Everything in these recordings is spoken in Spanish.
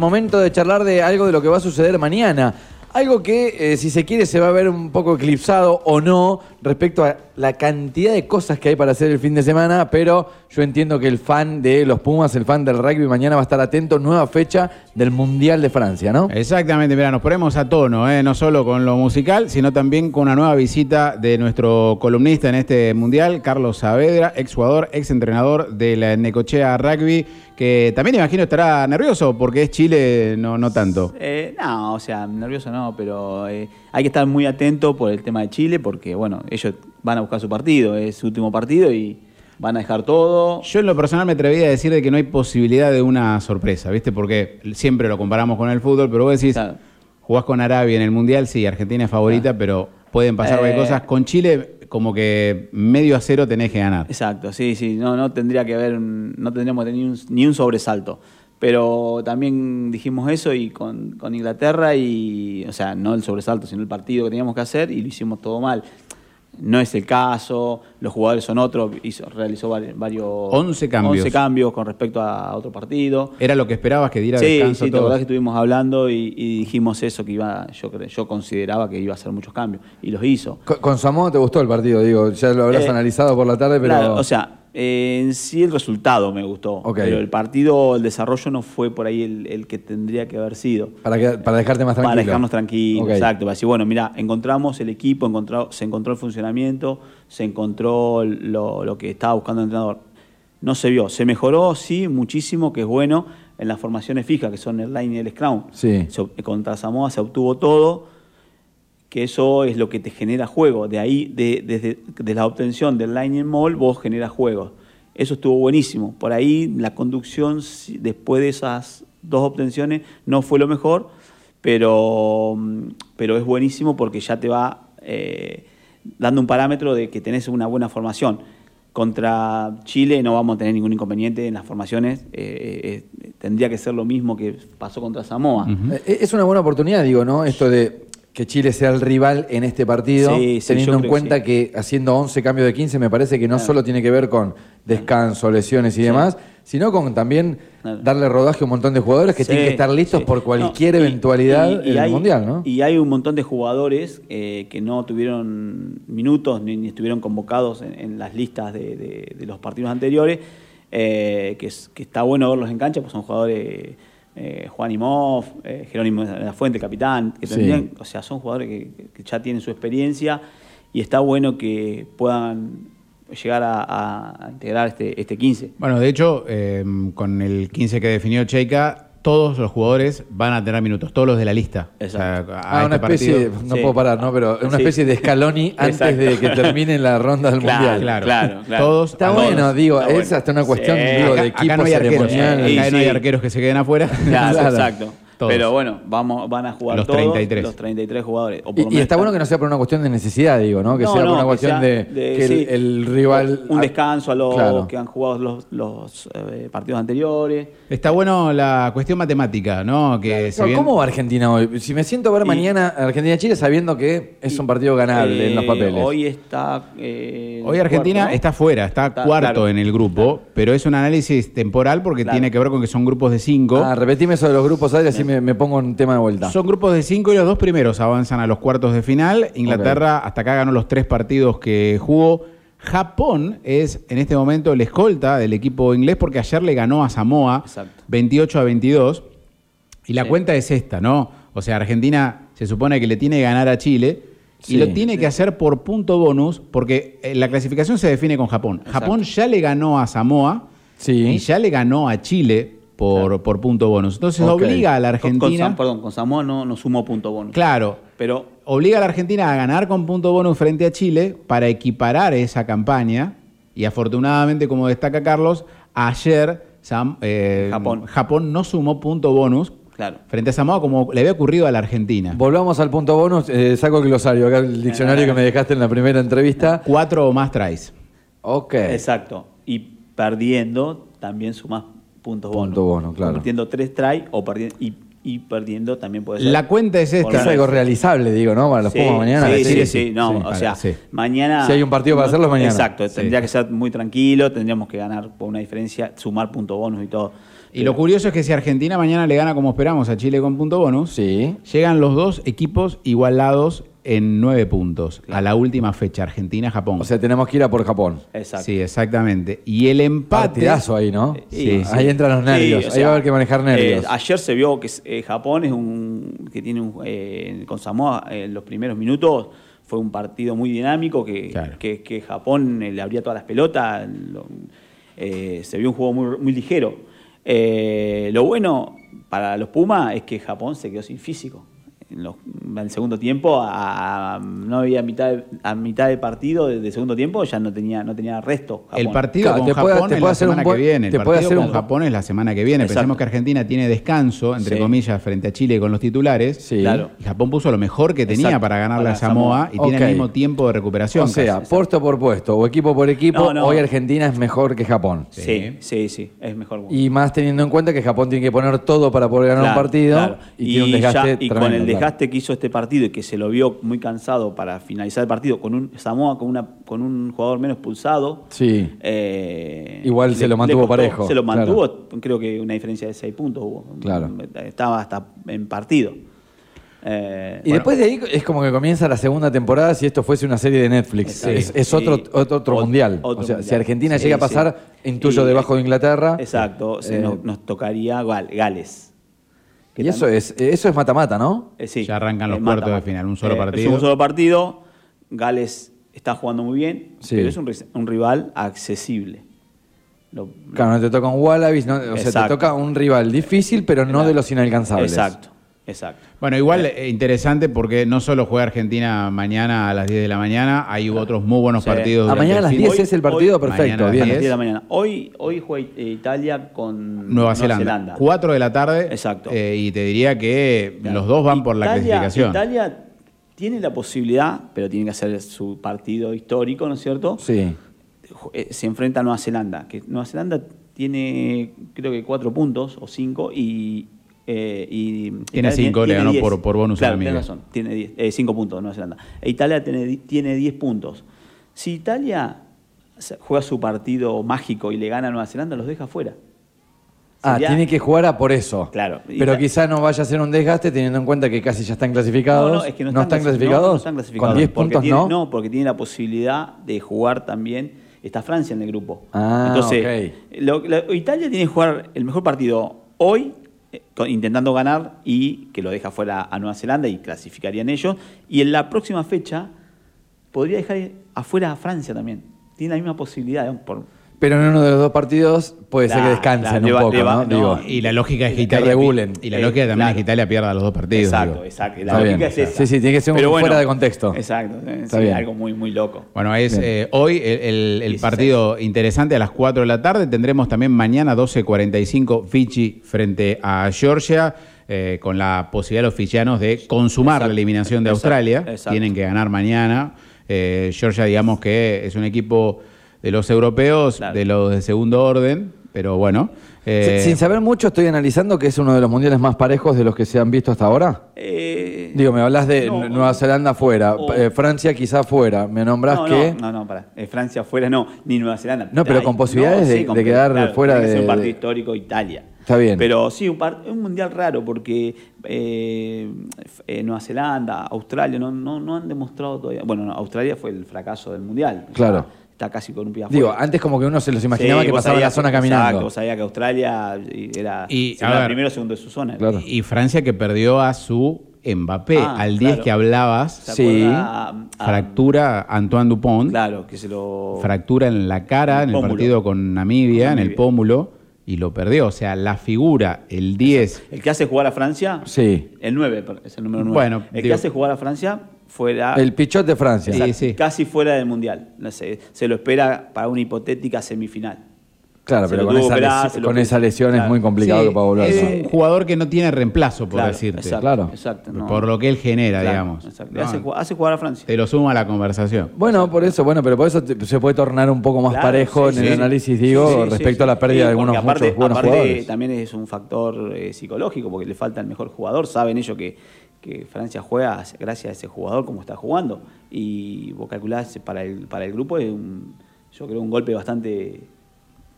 Momento de charlar de algo de lo que va a suceder mañana. Algo que, eh, si se quiere, se va a ver un poco eclipsado o no respecto a la cantidad de cosas que hay para hacer el fin de semana, pero yo entiendo que el fan de los Pumas, el fan del rugby, mañana va a estar atento, nueva fecha del Mundial de Francia, ¿no? Exactamente, mira, nos ponemos a tono, ¿eh? no solo con lo musical, sino también con una nueva visita de nuestro columnista en este mundial, Carlos Saavedra, ex jugador, ex entrenador de la Necochea Rugby, que también imagino estará nervioso porque es Chile, no, no tanto. Eh, no, o sea, nervioso no, pero eh, hay que estar muy atento por el tema de Chile porque, bueno, ellos van a buscar su partido, es su último partido y van a dejar todo. Yo en lo personal me atreví a decir de que no hay posibilidad de una sorpresa, ¿viste? Porque siempre lo comparamos con el fútbol, pero vos decís, Claro. jugás con Arabia en el Mundial, sí, Argentina es favorita, pero pueden pasar varias Eh. cosas. Con Chile, como que medio a cero tenés que ganar. Exacto, sí, sí, no, no tendría que haber, un- no tendríamos que tener ni un, ni un sobresalto. Pero también dijimos eso y con, con Inglaterra y, o sea, no el sobresalto, sino el partido que teníamos que hacer y lo hicimos todo mal. No es el caso, los jugadores son otros, hizo- realizó vari- varios... 11 cambios. 11 cambios con respecto a otro partido. Era lo que esperabas que diera Sí, descanso sí, te todos. acordás que estuvimos hablando y, y dijimos eso, que iba, yo, cre- yo consideraba que iba a hacer muchos cambios y los hizo. Con, con Samoa te gustó el partido, digo, ya lo habrás Eh, analizado por la tarde, pero... Claro, o sea, eh, en sí el resultado me gustó, Ok. pero el partido, el desarrollo no fue por ahí el, el que tendría que haber sido. para, que- para dejarte más tranquilo. Para dejarnos tranquilos, Ok. exacto. Para decir, bueno, mira, encontramos el equipo, encontró- se encontró el funcionamiento, se encontró lo, lo que estaba buscando el entrenador. No se vio, se mejoró, sí, muchísimo, que es bueno, en las formaciones fijas, que son el line y el scrum. Sí. Se ob- contra Samoa se obtuvo todo, que eso es lo que te genera juego. De ahí, de, desde de la obtención del line and mall, vos generas juego. Eso estuvo buenísimo. Por ahí la conducción, si- después de esas dos obtenciones, no fue lo mejor, pero, mm, pero es buenísimo porque ya te va eh, dando un parámetro de que tenés una buena formación. Contra Chile no vamos a tener ningún inconveniente en las formaciones. eh, eh, eh, tendría que ser lo mismo que pasó contra Samoa. Eh, Es una buena oportunidad, digo, ¿no? Esto de que Chile sea el rival en este partido, Sí, sí, teniendo yo en creo cuenta que que haciendo 11 cambios de 15 me parece que no Claro. solo tiene que ver con descanso, lesiones y demás, sino con también Claro. darle rodaje a un montón de jugadores que Sí, tienen que estar listos sí. por cualquier No, y- eventualidad y- y en el hay- Mundial, ¿no? Y hay un montón de jugadores eh, que no tuvieron minutos ni, ni estuvieron convocados en, en las listas de, de- de los partidos anteriores, eh, que, es- que está bueno verlos en cancha, pues son jugadores... eh, Juan Imov, eh, Jerónimo de la Fuente, el capitán, que Sí. tendrían- o sea, son jugadores que, que ya tienen su experiencia y está bueno que puedan llegar a, a integrar este, este 15. Bueno, de hecho, eh, con el 15 que definió Cheika, todos los jugadores van a tener minutos, todos los de la lista. Exacto. a Ah, una este especie, partido- no Sí. puedo parar, ¿no? Pero una Sí. especie de Scaloni antes Exacto. de que termine la ronda del Claro, Mundial. Claro, Claro, claro. Todos Está a todos. bueno, digo, Está es bueno. hasta una cuestión Sí. digo, de Acá- equipo acá no hay arqueros, ceremonial. eh. Acá Sí, no hay sí. arqueros que se queden afuera. Claro, Claro. exacto. Todos. Pero bueno, vamos, van a jugar Los todos 33. los 33 jugadores. o por lo Y, y menos está bueno que no sea por una cuestión de necesidad, digo, ¿no? Que No, sea por no, una que cuestión sea de, que el, sí, el rival... Un descanso a los Claro. que han jugado los, los, eh, partidos anteriores. Está bueno la cuestión matemática, ¿no? Que si Claro, bien- ¿Cómo va Argentina hoy? Si me siento a ver Y- mañana Argentina-Chile sabiendo que es un partido ganable Eh, en los papeles. Hoy está. eh, Hoy Argentina cuarto, ¿no? está fuera, está, Está- cuarto claro. en el grupo, pero es un análisis temporal porque Claro. tiene que ver con que son grupos de cinco. Ah, repetime eso de los grupos aéreos, así me, me pongo en tema de vuelta. Son grupos de cinco y los dos primeros avanzan a los cuartos de final. Inglaterra hasta acá ganó los tres partidos que jugó. Japón es en este momento el escolta del equipo inglés porque ayer le ganó a Samoa Exacto. 28 a 22. Y la Sí. cuenta es esta, ¿no? O sea, Argentina se supone que le tiene que ganar a Chile Sí. y lo tiene que hacer por punto bonus porque eh, la clasificación se define con Japón. Exacto. Japón ya le ganó a Samoa Sí. y ya le ganó a Chile por, por punto bonus. Entonces Ok. obliga a la Con- con Argentina... Sam- perdón, con Samoa no, no sumó punto bonus. Claro, Pero obliga a la Argentina a ganar con punto bonus frente a Chile para equiparar esa campaña. Y afortunadamente, como destaca Carlos, ayer Sam- eh, Japón. no sumó punto bonus Claro. frente a Samoa como le había ocurrido a la Argentina. Volvamos al punto bonus, eh, saco el glosario, acá el diccionario que me dejaste en la primera entrevista. Cuatro o más tries. Ok. Exacto. Y perdiendo también sumás puntos bonos. Punto bono, claro. Convirtiendo tres try o perdi- y, y perdiendo también puede ser. La cuenta es Por lo esta. Es menos. algo realizable, digo, ¿no? Para los Sí, Pumas mañana. Sí, sí, decir- sí, no, sí, o para- sea, sí. mañana... Si hay un partido para hacerlo, es mañana. Exacto, Sí. tendría que ser muy tranquilo, tendríamos que ganar por una diferencia, sumar punto bonus y todo. Y lo curioso es que si Argentina mañana le gana como esperamos a Chile con punto bonus, Sí. llegan los dos equipos igualados en nueve puntos a la última fecha, Argentina-Japón. O sea, tenemos que ir a por Japón. Exacto. sí, exactamente. Y el empate... Partidazo ahí, ¿no? Sí, ahí sí. entran los Sí, nervios. o ahí va sea, a haber que manejar nervios. eh, ayer se vio que eh, Japón es un que tiene un, eh, con Samoa eh, en los primeros minutos fue un partido muy dinámico que, Claro. que, que Japón eh, le abría todas las pelotas. lo- eh, se vio un juego muy, muy ligero. Eh, lo bueno para los Pumas es que Japón se quedó sin físico. En, los- en el segundo tiempo, a- a- no había mitad de- a mitad de partido de, de segundo tiempo, ya no tenía, no tenía resto. El Japón. partido Claro, con te puede- Japón te es puede la hacer un semana buen- que viene. El te puede partido hacer con un- Japón es la semana que viene. Exacto. Pensemos que Argentina tiene descanso, entre Sí. comillas, frente a Chile con los titulares. Sí. claro. Y Japón puso lo mejor que tenía Exacto, para ganarle a para Samoa y tiene Ok. el mismo tiempo de recuperación. o sea, casi. puesto por puesto o equipo por equipo, No, no. hoy Argentina es mejor que Japón. Sí, sí, sí, es mejor. Y más teniendo en cuenta que Japón tiene que poner todo para poder ganar Claro, un partido claro. y, tiene un desgaste ya- y con tremendo, el claro. desgaste que hizo este partido y que se lo vio muy cansado para finalizar el partido con un Samoa con una con un jugador menos eh, pulsado. Sí. Igual se lo mantuvo parejo, Se lo claro. mantuvo, creo que una diferencia de seis puntos hubo. Claro. Estaba hasta en partido. Eh, Y bueno, después de ahí es como que comienza la segunda temporada si esto fuese una serie de Netflix. Exacto. Es, es Sí. otro, otro, otro Ot- mundial. otro o sea, mundial. si Argentina Sí, llega a sí. pasar, intuyo Y- debajo de Inglaterra. exacto, se Eh, nos, nos tocaría Gal- Gales. que Y eso también- es, eso es mata-mata, ¿no? Eh, sí. Ya arrancan los Eh, mata, cuartos de mata. final, un solo partido. Es un solo partido. Gales está jugando muy bien, Sí. pero es un, ri- un rival accesible. Lo- Claro, no te toca un Wallabies, no- o sea, te Exacto. toca un rival difícil, pero no de los inalcanzables. Exacto, exacto. Bueno, igual eh, interesante porque no solo juega Argentina mañana a las 10 de la mañana, hay otros muy buenos Sí. partidos. A durante mañana a el las fin. 10 es el partido hoy- perfecto. mañana bien. 10. A las 10 de la mañana. Hoy, hoy juega eh, Italia con Nueva Zelanda. 4 de la tarde. Exacto. Eh, y te diría que los dos van por la Italia- clasificación. Italia tiene la posibilidad, pero tiene que hacer su partido histórico, ¿no es cierto? Sí. eh, se enfrenta a Nueva Zelanda, que Nueva Zelanda tiene creo que cuatro puntos o cinco y... eh, y Italia cinco, le ganó por- por bonus a Claro, la amiga. tenés razón, tiene diez, eh, cinco puntos Nueva Zelanda. E Italia tiene, di- tiene diez puntos. Si Italia se- juega su partido mágico y le gana a Nueva Zelanda, los deja fuera. Ah, Sería- tiene que jugar a por eso. Claro. Pero quizá no vaya a ser un desgaste teniendo en cuenta que casi ya están clasificados. No, no, es que no, están, clasi- clasificados. no, no están clasificados. Con 10 Porque puntos tiene- no. porque tiene la posibilidad de jugar también. Está Francia en el grupo. Ah, Entonces, lo- la- Italia tiene que jugar el mejor partido hoy, eh, con- intentando ganar y que lo deja fuera a Nueva Zelanda y clasificarían ellos. Y en la próxima fecha podría dejar afuera a Francia también. Tiene la misma posibilidad. eh, por- Pero en uno de los dos partidos puede ser que Claro, descansen claro, le un va- poco, le va- ¿no? no, Digo. Y la lógica es que Que Italia. regulen. Y la lógica Eh, también claro. es que Italia pierda los dos partidos. exacto, digo. exacto. Está La lógica bien. es esa. Sí, sí, tiene que ser un- Pero bueno, fuera de contexto. Exacto. eh, Está sí, bien. algo muy, muy loco. Bueno, es eh, hoy el, el- el 16. partido interesante a las 4 de la tarde. Tendremos también mañana 12.45 Fiji frente a Georgia, eh, con la posibilidad de los fijianos de consumar Exacto, la eliminación de exacto, Australia. exacto. Tienen que ganar mañana. Eh, Georgia, digamos que es un equipo de los europeos, Claro. de los de segundo orden, pero bueno. eh, Sin- Sin saber mucho, estoy analizando que es uno de los mundiales más parejos de los que se han visto hasta ahora. Eh, Digo, me hablas de no, Nueva Zelanda fuera, o- eh, Francia quizá fuera, me nombras no, que. No, no, no, pará. Eh, Francia fuera no, ni Nueva Zelanda. No, pero Ay, con posibilidades de- de quedar fuera tiene que ser de- un partido de- histórico Italia. Está bien. Pero sí, un, par- un mundial raro porque eh, f- eh, Nueva Zelanda, Australia, no, no, no han demostrado todavía. Bueno, no, Australia fue el fracaso del mundial. Claro. Está, está casi con un pie afuera. Digo, antes como que uno se los imaginaba Sí, que vos pasaba la sabías- zona Exacto, caminando. vos sabías que Australia era, Y, si no a era ver. primero o segundo de su zona. Claro. Y Francia que perdió a su Mbappé, Ah, al 10 claro. que hablabas. ¿Se Sí. acuerda a- a- Fractura Antoine Dupont. Claro, que se lo. fractura en la cara en En el el pómulo. partido con Namibia, Con en el Namibia. pómulo, y lo perdió. O sea, la figura, el 10. El que hace jugar a Francia. Sí. El 9, per- es el número 9. Bueno, el que digo- hace jugar a Francia fuera El pichot de Francia. Sí, sí. casi fuera del mundial. No sé, se lo espera para una hipotética semifinal. Claro, Se pero lo con tuvo esa, que operar, lesi- se lo con tuvo- esa lesión es claro. muy complicado Sí, que para volver. es ¿no? un jugador que no tiene reemplazo, por Claro, decirte. Exacto, Claro. exacto, no. Por lo que él genera, Claro, digamos. exacto. No, Hace, ju- hace jugar a Francia. te lo suma a la conversación. Bueno, por eso, bueno, pero por eso te- se puede tornar un poco más Claro, parejo sí, en sí, el sí. análisis, digo, Sí, sí, sí, respecto sí. a la pérdida Sí, de algunos porque aparte, muchos buenos aparte jugadores. también es un factor eh, psicológico, porque le falta el mejor jugador. Saben ellos que, que Francia juega gracias a ese jugador como está jugando. Y vos calculás para el, para el grupo es un, yo creo un golpe bastante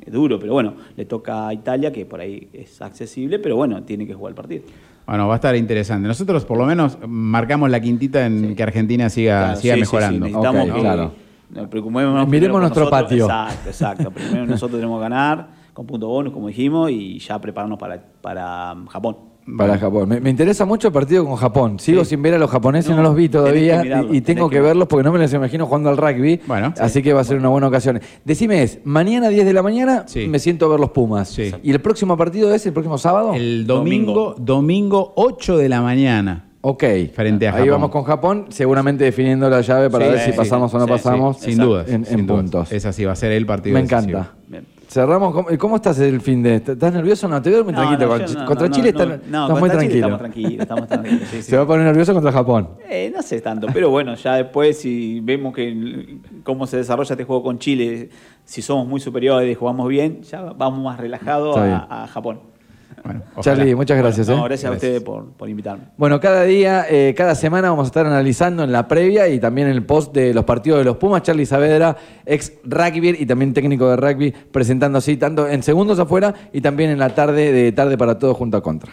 es duro, pero bueno, le toca a Italia, que por ahí es accesible, pero bueno, tiene que jugar el partido. Bueno, va a estar interesante. Nosotros por lo menos marcamos la quintita en que Argentina siga, Claro, siga sí, sí, mejorando. sí, necesitamos Ok, que- claro. nos preocupemos Miremos primero por nuestro nosotros. patio. Exacto, exacto. Primero nosotros tenemos que ganar con punto bonus, como dijimos, y ya prepararnos para, para um, Japón. Para Japón. Me, me interesa mucho el partido con Japón. Sigo Sí. sin ver a los japoneses, no, No, los vi todavía tenés que mirarlo, y, y tengo tenés que, que- verlos porque no me los imagino jugando al rugby. Bueno. así que va a ser una buena ocasión. Decime es, mañana 10 de la mañana Sí. me siento a ver los Pumas. Sí. ¿Y el próximo partido es el próximo sábado? El domingo, domingo 8 de la mañana. Ok. Frente a Ahí Japón. vamos con Japón, seguramente definiendo la llave para Sí, ver sí, si sí. pasamos o no Sí, sí. pasamos. Sin Exacto. dudas. En- sin en dudas. puntos. Es así, va a ser el partido. Me decisivo. encanta. Bien. Cerramos. ¿Cómo, cómo estás el fin de? ¿Estás nervioso o no? Te veo muy No, tranquilo. no, Con- yo no, contra no, Chile no, estás, no, estás contra muy Chile tranquilo. Estamos tranquilos, estamos tranquilos. sí, sí. Se va a poner nervioso contra Japón. Eh, no sé tanto, pero bueno, ya después si vemos que el- cómo se desarrolla este juego con Chile, si somos muy superiores y jugamos bien, ya vamos más relajados Está bien. a, a Japón. Bueno, ojalá. Charlie, muchas gracias. No, ¿eh? gracias, a Gracias. ustedes por, por invitarme. Bueno, cada día, eh, cada semana vamos a estar analizando en la previa y también en el post de los partidos de los Pumas, Charlie Saavedra, ex rugby y también técnico de rugby, presentando así tanto en segundos afuera y también en la tarde de tarde para todos junto a contra.